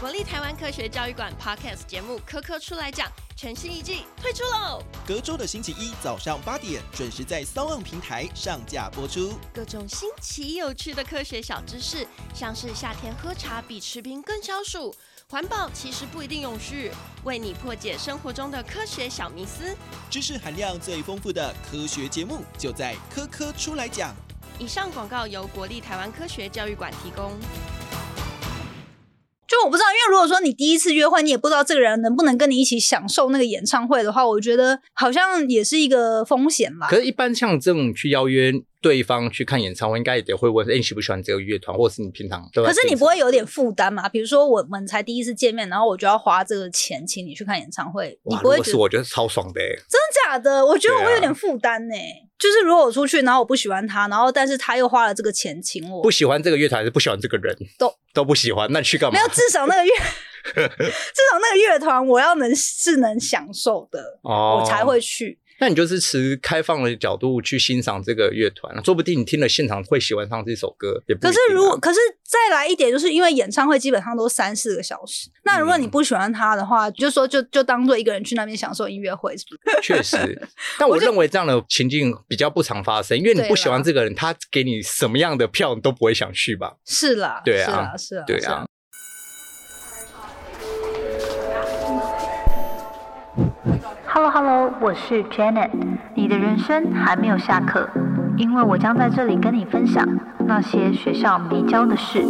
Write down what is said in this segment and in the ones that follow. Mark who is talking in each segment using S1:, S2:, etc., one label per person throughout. S1: 国立台湾科学教育馆 Podcast 节目《科科出来讲》全新一季推出喽！
S2: 隔周的星期一早上八点准时在骚浪平台上架播出。
S1: 各种新奇有趣的科学小知识，像是夏天喝茶比吃冰更消暑，环保其实不一定永续，为你破解生活中的科学小迷思。
S2: 知识含量最丰富的科学节目，就在科科出来讲。
S1: 以上广告由国立台湾科学教育馆提供。
S3: 就我不知道，因为如果说你第一次约会，你也不知道这个人能不能跟你一起享受那个演唱会的话，我觉得好像也是一个风险吧。
S4: 可是，一般像这种去邀约对方去看演唱会，应该也得会问：哎、你喜不喜欢这个乐团，或者是你平常对吧？
S3: 可是你不会有点负担嘛？比如说我们才第一次见面，然后我就要花这个钱请你去看演唱会，你
S4: 哇，
S3: 不
S4: 如
S3: 会
S4: 果
S3: 觉
S4: 是
S3: 得
S4: 我觉得超爽的、欸，
S3: 真的假的？我觉得
S4: 对啊
S3: 我有点负担呢。就是如果我出去，然后我不喜欢他，然后但是他又花了这个钱请我
S4: 不，喜欢这个乐团还是不喜欢这个人，
S3: 都
S4: 都不喜欢，那你去干
S3: 没
S4: 嘛
S3: 有，？至少那个乐， 至少那个乐团我要能是能享受的，
S4: 哦
S3: 我才会。去。
S4: 那你就是持开放的角度去欣赏这个乐团，说不定你听了现场会喜欢上这首歌，也不一定
S3: 可
S4: 啊、
S3: 是如果可是再来一点，就是因为演唱会基本上都三四个小时，那如果
S4: 嗯
S3: 你不喜欢他的话，就说就就当做一个人去那边享受音乐会，是不是？
S4: 确 实，但我认为这样的情境比较不常发生，因为你
S3: 对啊
S4: 不喜欢
S3: 啦
S4: 这个人，他给你什么样的票你都不会想去吧？
S3: 是啦，
S4: 对
S3: 是
S4: 啊
S3: 啦，是啦，
S4: 对
S3: 是
S4: 啊
S3: 啦。。
S5: Hello Hello，我是 Janet，你的人生还没有下课，因为我将在这里跟你分享那些学校没教的事。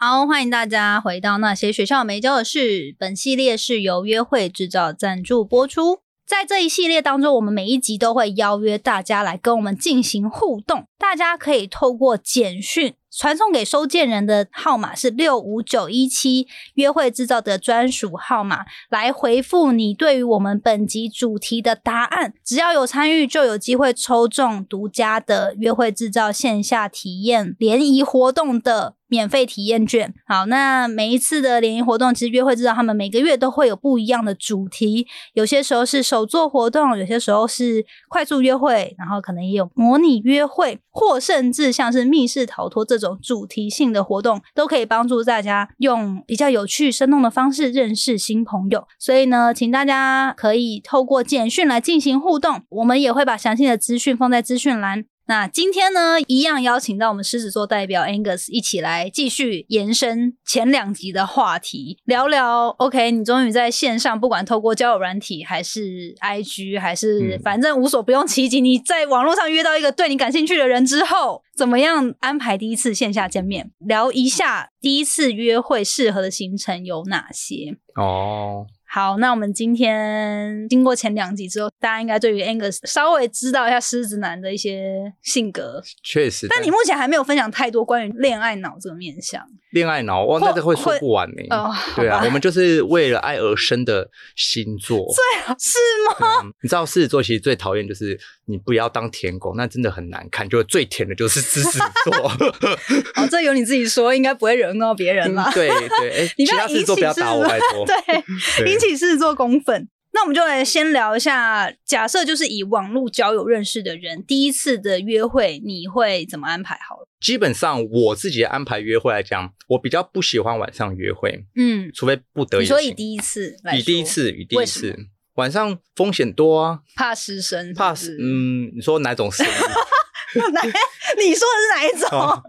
S3: 好，欢迎大家回到那些学校没教的事。本系列是由约会制造赞助播出。在这一系列当中，我们每一集都会邀约大家来跟我们进行互动。大家可以透过简讯传送给收件人的号码是六五九一七，约会制造的专属号码来回复你对于我们本集主题的答案。只要有参与，就有机会抽中独家的约会制造线下体验联谊活动的免费体验券。好，那每一次的联谊活动，其实约会制造他们每个月都会有不一样的主题，有些时候是手作活动，有些时候是快速约会，然后可能也有模拟约会，或甚至像是密室逃脱这种主题性的活动，都可以帮助大家用比较有趣、生动的方式认识新朋友。所以呢，请大家可以透过简讯来进行互动，我们也会把详细的资讯放在资讯栏。那今天呢，一样邀请到我们狮子座代表 Angus 一起来继续延伸前两集的话题，聊聊。OK，你终于在线上，不管透过交友软体还是 IG，还是
S4: 嗯
S3: 反正无所不用其极，你在网络上约到一个对你感兴趣的人之后，怎么样安排第一次线下见面？聊一下第一次约会适合的行程有哪些？
S4: 哦，
S3: 好，那我们今天经过前两集之后，大家应该对于 Angus 稍微知道一下狮子男的一些性格。
S4: 确实。
S3: 但你目前还没有分享太多关于恋爱脑这个面向
S4: 恋爱脑，哇，
S3: 或
S4: 那这会说不完呢、
S3: 哦，好
S4: 对啊，
S3: 吧
S4: 我们就是为了爱而生的星座。
S3: 是吗？
S4: 对啊你知道狮子座其实最讨厌就是你不要当舔狗，那真的很难看。就最舔的就是狮子座。
S3: 哦，这由你自己说，应该不会惹怒到别 人啦
S4: 嗯。对对，哎、
S3: 你
S4: 其
S3: 不要
S4: 他狮子座不要打我，
S3: 引
S4: 拜
S3: 起
S4: 托。
S3: 对，
S4: 对
S3: 引起狮子座公愤。那我们就来先聊一下，假设就是以网络交友认识的人，第一次的约会你会怎么安排？好了，
S4: 基本上我自己安排约会来讲，我比较不喜欢晚上约会，
S3: 嗯，
S4: 除非不得已
S3: 你
S4: 的情
S3: 说
S4: 况。
S3: 以第一次来说，
S4: 以第一次，以第
S3: 为
S4: 一
S3: 什么
S4: 次，晚上风险多啊，
S3: 怕失身是不
S4: 怕
S3: 是
S4: 死。嗯，你说哪种 死？
S3: 哪？你说的是哪一种？
S4: 哦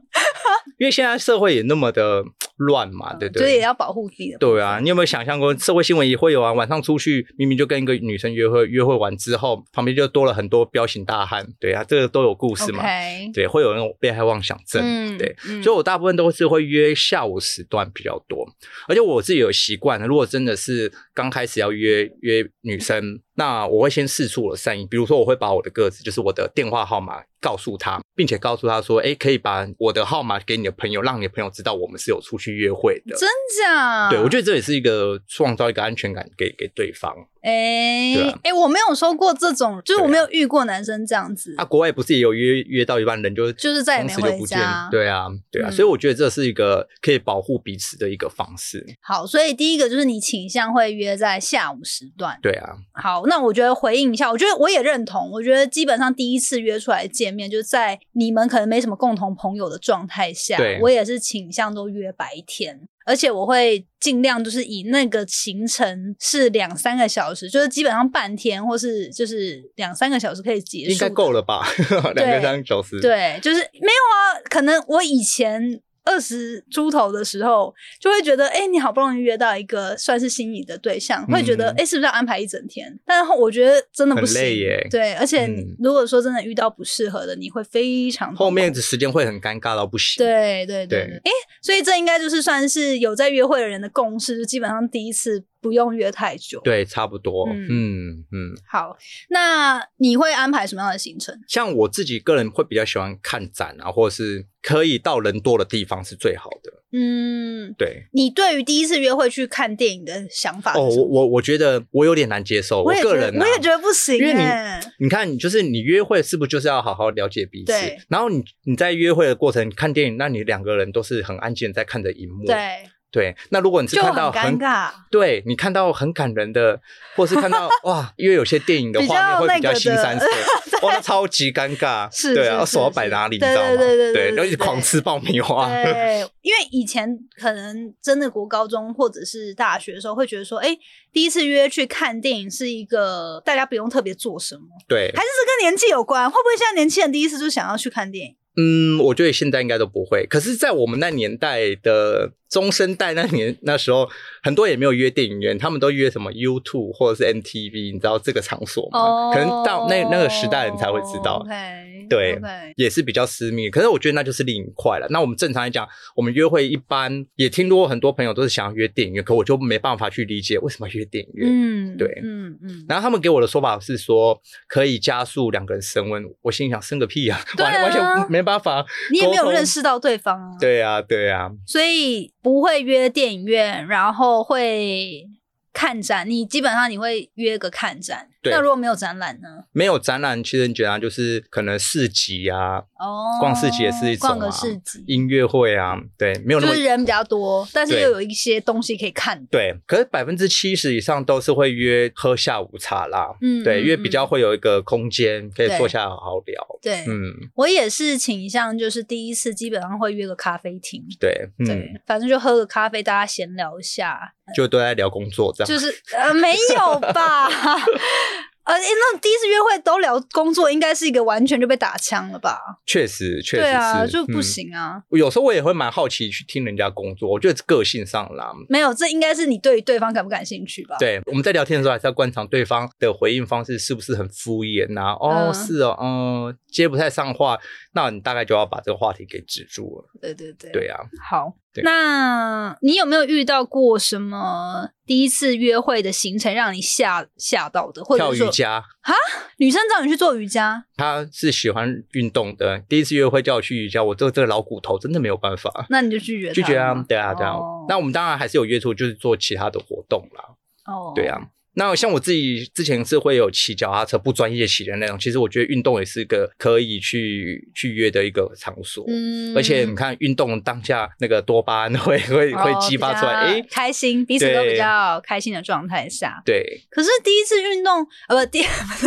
S4: 因为现在社会也那么的乱嘛，对不
S3: 就是也
S4: 对？
S3: 嗯要保护自己的。
S4: 对啊，，你有没有想象过社会新闻也会有啊？晚上出去明明就跟一个女生约会，约会完之后旁边就多了很多彪形大汉，对啊，这个都有故事嘛
S3: OK，
S4: 对，会有那种被害妄想症，
S3: 嗯
S4: 对，
S3: 嗯
S4: 所以我大部分都是会约下午时段比较多，而且我自己有习惯，如果真的是刚开始要约约女生，那我会先试出我的善意，比如说我会把我的个子，就是我的电话号码告诉她，并且告诉她说，哎，可以把我的号码给你的朋友，让你的朋友知道我们是
S3: 嗯
S4: 有出去约会的。
S3: 真假？
S4: 对，我觉得这也是一个创造一个安全感给给对方。
S3: 哎、
S4: 对
S3: 诶，
S4: 啊
S3: 我没有收过这种，就是我
S4: 对啊
S3: 没有遇过男生这样子，
S4: 啊，国外不是也有约约到一半人就
S3: 就是再也没
S4: 从此就
S3: 回
S4: 不见
S3: 家
S4: 对啊，对啊，
S3: 嗯
S4: 所以我觉得这是一个可以保护彼此的一个方式。
S3: 好，所以第一个就是你倾向会约在下午时段。
S4: 对啊，
S3: 好，那我觉得回应一下，我觉得我也认同，我觉得基本上第一次约出来见面，就是在你们可能没什么共同朋友的状态下
S4: 对，
S3: 我也是倾向都约白天，而且我会尽量就是以那个行程是两三个小时，就是基本上半天或是就是两三个小时可以结束，
S4: 应该够了。吧？ 两个三个小时，，
S3: 对，就是没有啊，可能我以前二十出头的时候，就会觉得，哎、你好不容易约到一个算是心仪的对象，会觉得，
S4: 嗯
S3: 哎、是不是要安排一整天？但是我觉得真的不
S4: 很
S3: 行，
S4: 累耶
S3: 对，而且
S4: 嗯
S3: 如果说真的遇到不适合的，你会非常
S4: 后面
S3: 痛苦。
S4: 的时间会很尴尬到不行。，
S3: 对对对
S4: 对
S3: 对，哎，所以这应该就是算是有在约会的人的共识，就基本上第一次不用约太久。，
S4: 对，差不多。
S3: 嗯
S4: 嗯嗯，
S3: 好，那你会安排什么样的行程？
S4: 像我自己个人会比较喜欢看展啊，或者是可以到人多的地方是最好的。
S3: 嗯，
S4: 对，
S3: 你对于第一次约会去看电影的想啊法是
S4: 哦，
S3: 什么
S4: 我我我觉得我有点难接受，
S3: 我也
S4: 个
S3: 觉得
S4: 人、啊、
S3: 我也觉得不行、欸，
S4: 因为你你看，就是你约会是不是就是要好好了解彼此
S3: 对？
S4: 然后你你在约会的过程看电影，那你两个人都是很安静地在看着荧幕。
S3: 对，
S4: 对那如果你是
S3: 就
S4: 看
S3: 很
S4: 到
S3: 尴尬。啊
S4: 对你看到很感人的，或是 看到哇，因为有些电影的
S3: 比较
S4: 画面会比
S3: 那
S4: 较
S3: 个
S4: 新
S3: 的，
S4: 三色哇，那超级尴尬。
S3: 是
S4: 对
S3: 是
S4: 啊，
S3: 是
S4: 手要
S3: 是
S4: 摆哪里，你
S3: 对
S4: 知道吗？
S3: 对对对对
S4: 然后一直
S3: 对
S4: 狂吃爆米花。
S3: 对，因为以前可能真的国高中或者是大学的时候，会觉得说，哎、第一次约去看电影是一个大家不用特别做什么，
S4: 对
S3: 还，是这跟年纪有关？会不会现在年轻人第一次就想要去看电影？
S4: 嗯，我觉得现在应该都不会。可是，在我们那年代的中生代那年那时候，很多也没有约电影院，他们都约什么 YouTube 或者是 MTV，你知道这个场所吗？嗯可能到那那个时代人才会知道。
S3: 哦 OK，
S4: 对
S3: o k
S4: 也是比较私密，可是我觉得那就是另一块了。那我们正常来讲，我们约会一般也听过很多朋友都是想要约电影院，可我就没办法去理解为什么要约电影院。
S3: 嗯，
S4: 对
S3: 嗯嗯。
S4: 然后他们给我的说法是说可以加速两个人升温，我心里想升个屁啊，
S3: 对啊
S4: 完、完全没办法。
S3: 你也没有
S4: 沟通
S3: 认识到对方啊，
S4: 对啊，对啊，
S3: 所以不会约电影院，然后会看展。你基本上你会约个看展，
S4: 对
S3: 那如果没有展览呢？
S4: 没有展览，其实你觉得就是可能市集啊、
S3: 哦，
S4: 逛市集也是一种啊
S3: 逛个市集，
S4: 音乐会啊，对，没有那
S3: 就
S4: 么
S3: 是人比较多，但是
S4: 对
S3: 又有一些东西可以看。
S4: 对。可是百分之七十以上都是会约喝下午茶啦，
S3: 嗯
S4: 对，
S3: 嗯
S4: 因为比较会有一个空间可以
S3: 对
S4: 坐下来好好聊。
S3: 对，
S4: 嗯，
S3: 我也是倾向，就是第一次基本上会约个咖啡厅，
S4: 对，
S3: 对，
S4: 嗯，
S3: 反正就喝个咖啡，大家闲聊一 下，
S4: 就都在聊工作这样。
S3: 就是呃没有吧。 呃，诶那第一次约会都聊工作，应该是一个完全就被打枪了吧？
S4: 确实，确实
S3: 对
S4: 是
S3: 啊，就不。
S4: 嗯
S3: 行啊。
S4: 有时候我也会蛮好奇去听人家工作，我觉得是个性上啦。
S3: 没有，这应该是你对于对方感不感兴趣吧？，
S4: 对，我们在聊天的时候还是要观察对方的回应方式是不是很敷衍呐、哦，
S3: 嗯
S4: 是哦，嗯，接不太上话，那你大概就要把这个话题给止住了。
S3: 对对对，
S4: 对啊，
S3: 好。
S4: 对
S3: 那你有没有遇到过什么第一次约会的行程让你吓吓到的，或者
S4: 跳
S3: 是说
S4: 瑜伽，
S3: 女生找你去做瑜伽？
S4: 他是喜欢运动的，第一次约会叫我去瑜伽，我这个这个老骨头真的没有办法
S3: 那你就拒绝
S4: 拒绝
S3: 她
S4: 啊
S3: 吗，
S4: 对啊，对啊。
S3: 哦
S4: 那我们当然还是有约出，就是做其他的活动啦。
S3: 哦，
S4: 对啊，那像我自己之前是会有骑脚踏车，不专业骑的那种。其实我觉得运动也是个可以去去约的一个场所。
S3: 嗯
S4: 而且你看，运动当下那个多巴胺 会会会
S3: 哦
S4: 激发出来，
S3: 比较
S4: 诶，
S3: 开心，彼此都比
S4: 对
S3: 较开心的状态下。
S4: 对，
S3: 可是第一次运动，呃，不，第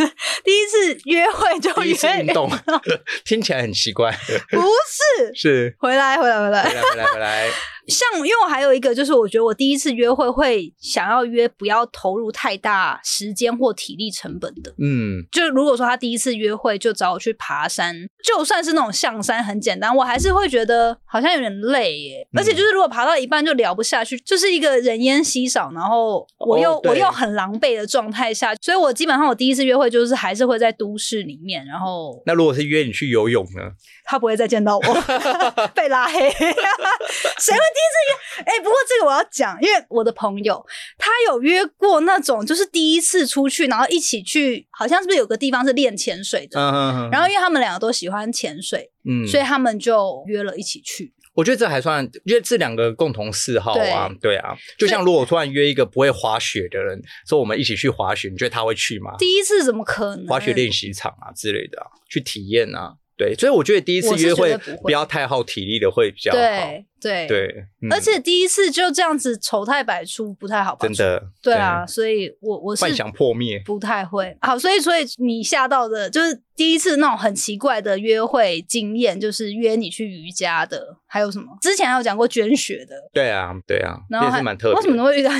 S3: 第一次约会就
S4: 第一次
S3: 约
S4: 运动 听起来很 奇怪，
S3: 不是，
S4: 是
S3: 回来，回来，回来
S4: 回。来回来回来，
S3: 像，因为我还有一个，就是我觉得我第一次约会会想要约不要投入太大时间或体力成本的。
S4: 嗯，
S3: 就如果说他第一次约会就找我去爬山，就算是那种象山很简单，我还是会觉得好像有点累耶。
S4: 嗯
S3: 而且就是如果爬到一半就聊不下去，就是一个人烟稀少，然后我又、
S4: 哦对
S3: 我又很狼狈的状态下，所以我基本上我第一次约会就是还是会在都市里面，然后
S4: 那如果是约你去游泳呢？
S3: 他不会再见到我， 被拉黑。谁会 第一次约？哎、不过这个我要讲，因为我的朋友他有约过那种，就是第一次出去，然后一起去，好像是不是有个地方是练潜水的？
S4: 嗯，
S3: 然后因为他们两个都喜欢潜水，
S4: 嗯
S3: 所以他们就约了一起去。
S4: 我觉得这还算，因为这两个共同嗜好啊，对啊。就像如果我突然约一个不会滑雪的人，说我们一起去滑雪，你觉得他会去吗？
S3: 第一次怎么可能？
S4: 滑雪练习场啊之类的、啊，去体验啊。对，所以我觉得第一次
S3: 我是
S4: 约
S3: 觉
S4: 会
S3: 得不会
S4: 不要太耗体力的会比较好。
S3: 对对，
S4: 啊哦对，嗯
S3: 而且第一次就这样子丑态百出，不太好吧？
S4: 真的
S3: 对啊，，所以我我是
S4: 幻想破灭
S3: 不太会。好，所以所以你吓到的就是第一次那种很奇怪的约会经验，就是约你去瑜伽的，还有什么？之前还有讲过捐血的，
S4: 对啊，对啊，
S3: 然后
S4: 也
S3: 还
S4: 是蛮特别的。
S3: 为什么都会遇到？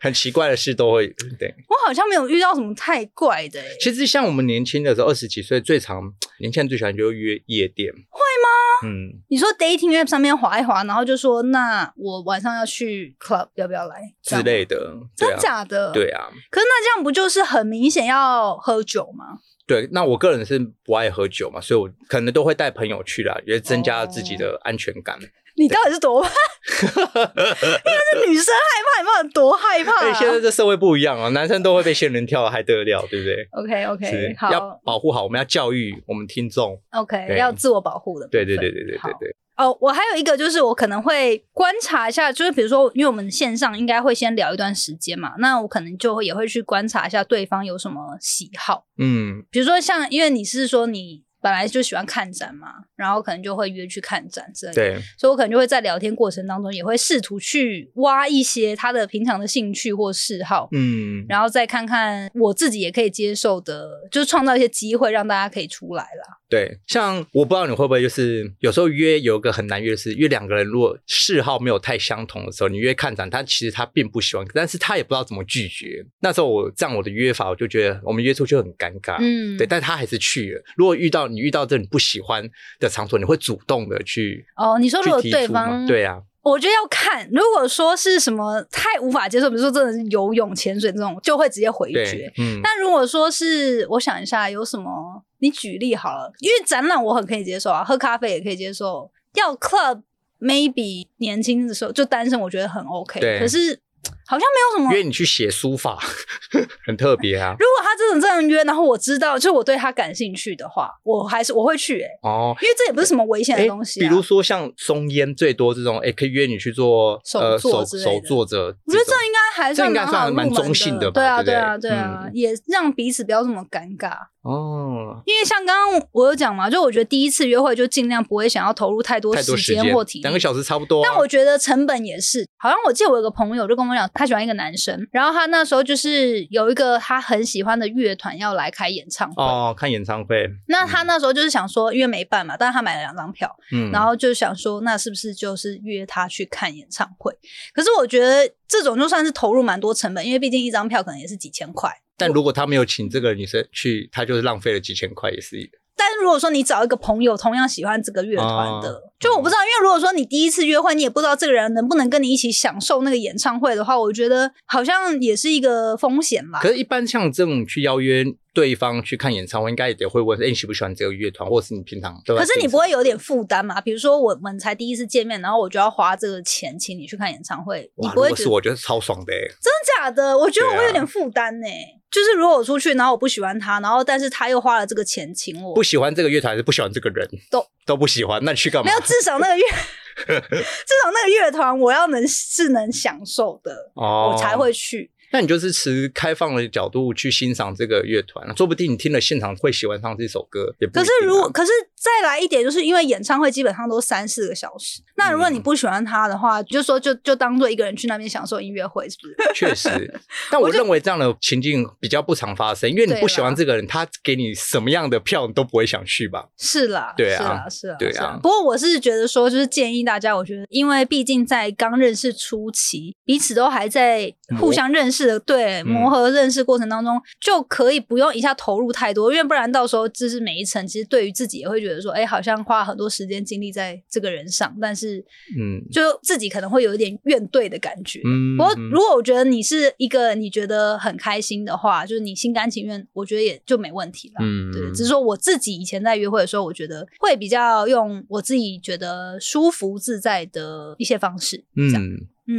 S4: 很奇怪的事都会对？
S3: 我好像没有遇到什么太怪的、欸，
S4: 其实像我们年轻的时候，二十几岁最常年轻人最喜欢就是约夜店，会吗？嗯，
S3: 你说 dating app 上面滑一滑，然后就说那我晚上要去 club，要不要来这
S4: 之
S3: 样
S4: 类的，对
S3: 真
S4: 啊，
S3: 假的？
S4: 对。啊，
S3: 可是那这样不就是很明显要喝酒吗？
S4: 对。那我个人是不爱喝酒嘛，所以我可能都会带朋友去啦，也增加自己
S3: 哦
S4: 的安全感。
S3: 你到底是多怕？ 因为是女生害怕，你不知道有多害怕、
S4: 哎、
S3: 啊。
S4: 现在这社会不一样啊，男生都会被仙人跳，还得了，对不对？
S3: OK
S4: 是
S3: OK，
S4: 要
S3: 好
S4: 保护好，我们要教育我们听众。
S3: OK，
S4: 对
S3: 要自我保护的部
S4: 对
S3: 分。
S4: 对对对对对
S3: 好
S4: 对，
S3: 哦，我还有一个就是，我可能会观察一下，就是比如说，因为我们线上应该会先聊一段时间嘛，那我可能就会也会去观察一下对方有什么喜好，
S4: 嗯，
S3: 比如说像，因为你是说你本来就喜欢看展嘛，然后可能就会约去看展之类的，
S4: 对，
S3: 所以我可能就会在聊天过程当中也会试图去挖一些他的平常的兴趣或嗜好。
S4: 嗯，
S3: 然后再看看我自己也可以接受的，就是创造一些机会让大家可以出来啦。
S4: 对，像我不知道你会不会，就是有时候约有一个很难约的是，因为两个人如果嗜好没有太相同的时候，你约看展，他其实他并不喜欢，但是他也不知道怎么拒绝。那时候我这样我的约法，我就觉得我们约出去很尴尬，
S3: 嗯
S4: 啊对，但他还是去了。如果遇到你遇到这种不喜欢的场所，你会主动的去
S3: 哦，你说如
S4: 去
S3: 果
S4: 提
S3: 对
S4: 出吗
S3: 方
S4: 对啊，
S3: 我觉得要看，如果说是什么太无法接受，比如说真的是游泳、潜水这种，就会直接回
S4: 对
S3: 绝。，
S4: 嗯，
S3: 但如果说是我想一下有什么，你举例好了，因为展览我很可以接受啊，喝咖啡也可以接受，要 club maybe 年轻的时候就单身，我觉得很 OK。
S4: 对
S3: 可是好像没有什么
S4: 约。你去写书法， 很特别啊。
S3: 如果他真的这样约，然后我知道，就我对他感兴趣的话，我还是我会去、欸，
S4: 哦，
S3: 因为这也不是什么危险的
S4: 诶
S3: 东西、啊。
S4: 比如说像松烟最多这种，哎，可以约你去做
S3: 手
S4: 呃
S3: 作
S4: 手
S3: 之类的
S4: 手作者种。
S3: 我觉得这应该还
S4: 这应该
S3: 蛮好
S4: 算
S3: 入
S4: 蛮
S3: 门
S4: 中性的吧
S3: 对啊，
S4: 对不对
S3: 啊，对啊，
S4: 嗯
S3: 也让彼此不要这么尴尬。
S4: 哦，
S3: 因为像刚刚我有讲嘛，就我觉得第一次约会就尽量不会想要投入太多
S4: 太多时
S3: 间或体力，
S4: 两个小时差不多啊、
S3: 但我觉得成本也是，好像我记得我有个朋友就跟我讲，他喜欢一个男生，然后他那时候就是有一个他很喜欢的乐团要来开演唱会，
S4: 哦，嗯看演唱会，
S3: 那他那时候就是想说，因为没办嘛，但是他买了两张票，
S4: 嗯，
S3: 然后就想说，那是不是就是约他去看演唱会？可是我觉得这种就算是投入蛮多成本，因为毕竟一张票可能也是几千块。
S4: 但如果他没有请这个女生去，他就是浪费了几千块，也是
S3: 但是如果说你找一个朋友同样喜欢这个乐团的，
S4: 哦
S3: 就我不知道，因为如果说你第一次约会，你也不知道这个人能不能跟你一起享受那个演唱会的话，我觉得好像也是一个风险吧
S4: 可。是，一般像这种去邀约对方去看演唱会，应该也得会问，哎、你喜不喜欢这个乐团，或者是你平常对吧？
S3: 可是你不会有点负担嘛？比如说我们才第一次见面，然后我就要花这个钱请你去看演唱会，你
S4: 哇，
S3: 不
S4: 如
S3: 会觉
S4: 果是
S3: 得
S4: 我觉得超爽的、欸，
S3: 真的假的？我觉得
S4: 对啊
S3: 我有点负担呢。就是如果我出去，然后我不喜欢他，然后但是他又花了这个钱请我，
S4: 不喜欢这个乐团还是不喜欢这个人，
S3: 都
S4: 都不喜欢，那你去干嘛
S3: 没有，？至少那个乐， 至少那个乐团我要能是能享受的，
S4: 哦
S3: 我才会。去。
S4: 那你就是持开放的角度去欣赏这个乐团，啊说不定你听了现场会喜欢上这首歌，也不一定
S3: 可
S4: 啊、
S3: 是如果可是再来一点，就是因为演唱会基本上都三四个小时，那如果你不喜欢他的话，就说就就当做一个人去那边享受音乐会，是不是？
S4: 确 实，但我认为这样的情境比较不常发生，因为你
S3: 对
S4: 不喜欢
S3: 啦
S4: 这个人，他给你什么样的票你都不会想去吧？
S3: 是啦，
S4: 对
S3: 是
S4: 啊
S3: 啦，是啦，
S4: 对啊
S3: 是啦不过我是觉得说，就是建议大家，我觉得，因为毕竟在刚认识初期，彼此都还在互相认识的，对，
S4: 嗯
S3: 磨合认识过程当中，就可以不用一下投入太多，因为不然到时候就是每一层，其实对于自己也会觉得说，哎，好像花很多时间精力在这个人上，但是
S4: 嗯
S3: 就自己可能会有一点怨怼的感觉。
S4: 嗯。
S3: 不过，
S4: 嗯
S3: 如果我觉得你是一个你觉得很开心的话，就是你心甘情愿，我觉得也就没问题了。
S4: 嗯
S3: 对，只是说我自己以前在约会的时候，我觉得会比较用我自己觉得舒服自在的一些方式，这样。
S4: 嗯，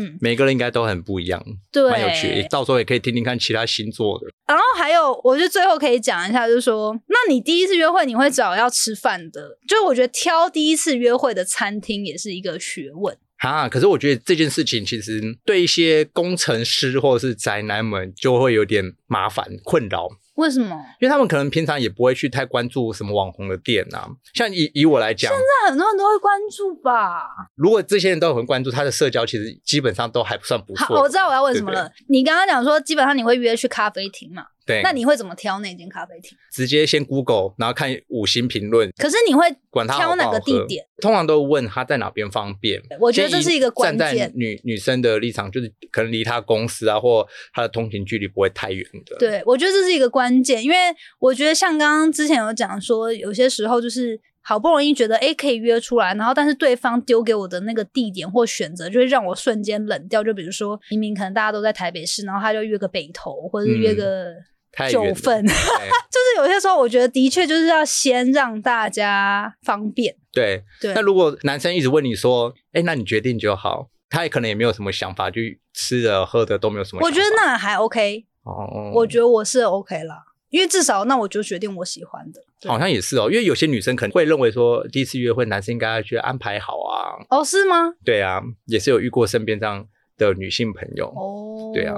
S3: 嗯，
S4: 每个人应该都很不一样，
S3: 对，
S4: 蛮有趣的。也到时候也可以听听看其他星座的。
S3: 然后还有，我就最后可以讲一下，就是说，那你第一次约会你会找要吃饭的，就是我觉得挑第一次约会的餐厅也是一个学问。
S4: 啊，可是我觉得这件事情其实对一些工程师或者是宅男们就会有点麻烦困扰，
S3: 为什么？
S4: 因为他们可能平常也不会去太关注什么网红的店啊。像以以我来讲，
S3: 那很多人都会关注吧？
S4: 如果这些人都很关注他的社交，其实基本上都还算不
S3: 好，
S4: 错。
S3: 我知道我要问什么了。你刚刚讲说，基本上你会约去咖啡厅嘛？
S4: 对，
S3: 那你会怎么挑那间咖啡厅？
S4: 直接先 Google，然后看五星评论，
S3: 可是你会
S4: 管他
S3: 挑
S4: 好不
S3: 哪
S4: 好
S3: 个
S4: 喝
S3: 地点？？
S4: 通常都问他在哪边方便。
S3: 我觉得这是一个关
S4: 先以站
S3: 键
S4: 在。女女生的立场，就是可能离她公司啊或她的通勤距离不会太远的。，
S3: 对，我觉得这是一个关键，因为我觉得像刚刚之前有讲说，有些时候就是好不容易觉得诶可以约出来，然后但是对方丢给我的那个地点或选择，就会让我瞬间冷掉。就比如说，明明可能大家都在台北市，然后他就约个北投，或者是约
S4: 嗯
S3: 个
S4: 太远
S3: 九
S4: 了
S3: 份， 就是有些时候我觉得的确就是要先让大家方便。
S4: 对。
S3: 对，
S4: 那如果男生一直问你说：“哎，那你决定就好。”他也可能也没有什么想法，就吃的喝的都没有什么
S3: 我
S4: 想法。
S3: 觉得那还 OK，、
S4: 哦，
S3: 我觉得我是 OK 啦，因为至少那我就决定我喜欢的。对
S4: 好像也是哦，因为有些女生可能会认为说，第一次约会男生应该要去安排好啊。
S3: 哦，是吗？
S4: 对啊，也是有遇过身边这样的女性朋友。
S3: 哦，
S4: 对啊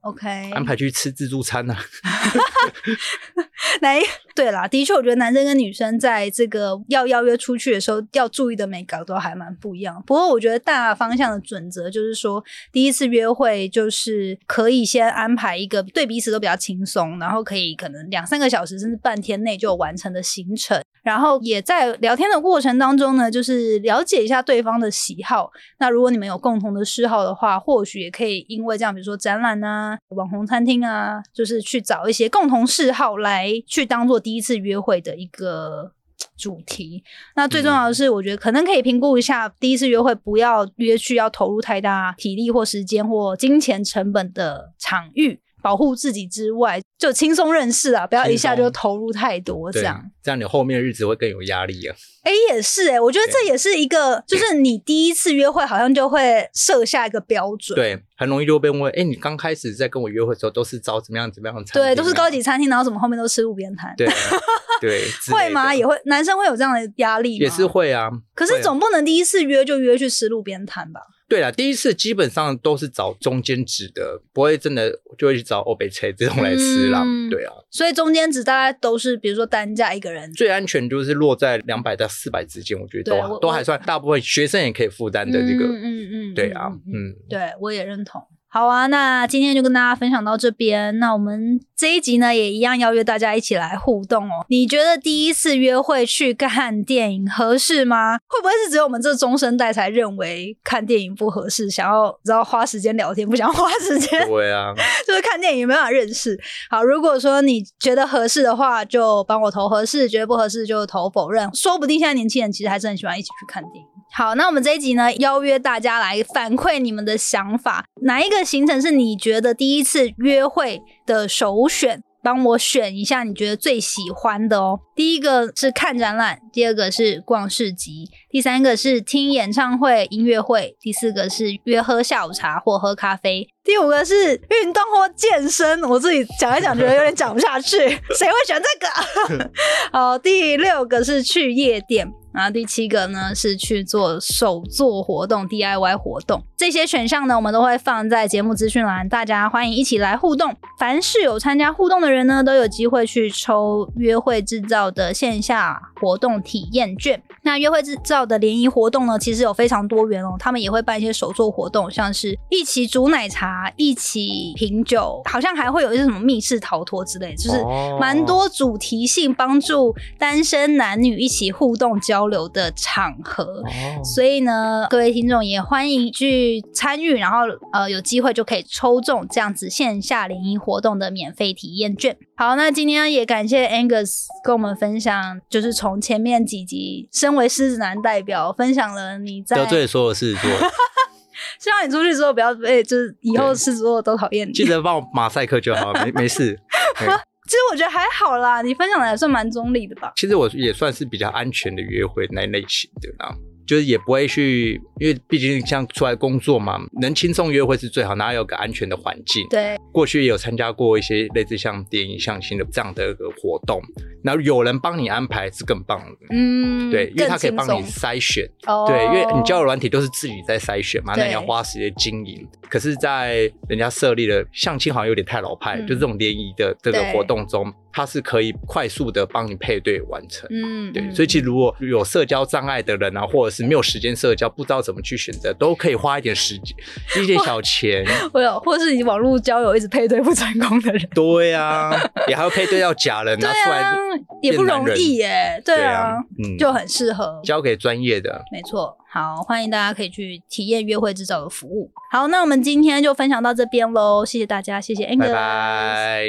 S3: ，OK，
S4: 安排去吃自助餐啊，
S3: 来，对啦，的确，我觉得男生跟女生在这个要邀约出去的时候，要注意的美感都还蛮不一样。不过，我觉得大方向的准则就是说，第一次约会就是可以先安排一个对彼此都比较轻松，然后可以可能两三个小时甚至半天内就有完成的行程。然后也在聊天的过程当中呢，就是了解一下对方的喜好。那如果你们有共同的嗜好的话，或许也可以因为这样，比如说展览啊、网红餐厅啊，就是去找一些共同嗜好来去当做第一次约会的一个。主题。那最重要
S4: 嗯
S3: 的是，我觉得可能可以评估一下，第一次约会不要约去要投入太大体力或时间或金钱成本的场域，保护自己之外，就轻松认识啊，不要一下
S4: 轻
S3: 就
S4: 松
S3: 投入太多哦这
S4: 对
S3: 样。，
S4: 这样你后面的日子会更有压力啊。
S3: 哎、也是哎、我觉得这也是一个，就是你第一次约会好像就会设下一个标准，
S4: 对，很容易就会被问，哎，你刚开始在跟我约会的时候都是找怎么样怎么样的餐、啊
S3: 对，都是高级。餐厅，然后怎么后面都吃路边摊，
S4: 对啊对，之 类
S3: 会
S4: 的
S3: 吗？也会，男生会有这样的压力吗
S4: 也是。会啊。
S3: 可
S4: 会
S3: 是
S4: 啊
S3: 总不能第一次约就约去吃路边摊吧？
S4: 对啦，第一次基本上都是找中间值的，不会真的就会去找欧北菜这种来吃啦。
S3: 嗯
S4: 对啊，
S3: 所以中间值大概都是，比如说单价一个人，
S4: 最安全就是落在两百到四百之间，我觉得
S3: 对
S4: 都
S3: 我
S4: 还都还算大部分学生也可以负担的这个。
S3: 嗯嗯嗯，
S4: 对啊，
S3: 嗯
S4: 嗯，
S3: 对，我也认同。好啊，那今天就跟大家分享到这边。那我们这一集呢，也一样邀约大家一起来互动哦。你觉得第一次约会去看电影合适吗？会不会是只有我们这中生代才认为看电影不合适，想要然后花时间聊天，不想花时间
S4: 对啊，
S3: 就是看电影没办法认识。好，如果说你觉得合适的话，就帮我投合适；觉得不合适就投否认。说不定现在年轻人其实还是很喜欢一起去看电影。好，那我们这一集呢，邀约大家来反馈你们的想法，哪一个行程是你觉得第一次约会的首选？帮我选一下你觉得最喜欢的哦。第一个是看展览，第二个是逛市集，第三个是听演唱会、音乐会，第四个是约喝下午茶或喝咖啡，第五个是运动或健身。我自己讲一讲，觉得有点讲不下去，谁会选这个？ 好，第六个是去夜店。然后第七个呢是去做手作活动 DIY 活动，这些选项呢我们都会放在节目资讯栏，大家欢迎一起来互动。凡是有参加互动的人呢，都有机会去抽约会制造的线下活动体验券。那约会制造的联谊活动呢，其实有非常多元哦，他们也会办一些手作活动，像是一起煮奶茶、一起品酒，好像还会有一些什么密室逃脱之类， 就是
S4: 哦
S3: 蛮多主题性帮助单身男女一起互动交流的场合。
S4: 哦
S3: 所以呢，各位听众也欢迎去参与，然后呃有机会就可以抽中这样子线下联谊活动的免费体验券。好，那今天也感谢 Angus 跟我们分享，就是从前面几集身为狮子男代表分享了你在
S4: 得罪所有事做，
S3: 希望你出去之后不要被就是以后
S4: 对
S3: 狮子座都讨厌你。
S4: 记得帮我马赛克就好，没没事。对
S3: 其实我觉得还好啦，你分享的还算蛮中立的吧。
S4: 其实我也算是比较安全的约会那一类型的啦，就是也不会去，因为毕竟像出来工作嘛，能轻松约会是最好，然后有个安全的环境。
S3: 对，
S4: 过去也有参加过一些类似像电影相亲的这样的一个活动，然后有人帮你安排是更棒的。
S3: 嗯，
S4: 对，因为他
S3: 更
S4: 可以
S3: 轻
S4: 帮
S3: 松
S4: 你筛选，
S3: 哦
S4: 对，因为你交友软体都是自己在筛选嘛，那你要
S3: 对
S4: 花时间经营。可是，在人家设立的相亲好像有点太老派，
S3: 嗯
S4: 就这种联谊的这个
S3: 对
S4: 活动中，它是可以快速的帮你配对完成。
S3: 嗯，
S4: 对，
S3: 嗯
S4: 所以其实如果有社交障碍的人啊，或者是没有时间社交，不知道怎么去选择，都可以花一点时间、一点小钱。
S3: 我有，或是你网络交友一直配对不成功的人，
S4: 对啊，也还要配对到假人，
S3: 对
S4: 拿出来
S3: 啊。，也不容易耶，对
S4: 对
S3: 啊
S4: 啊，，嗯，
S3: 就很适合。
S4: 交给专业的。
S3: 没错，好，欢迎大家可以去体验约会制造的服务。好，那我们今天就分享到这边喽，谢谢大家，谢谢 Angus，
S4: 拜拜。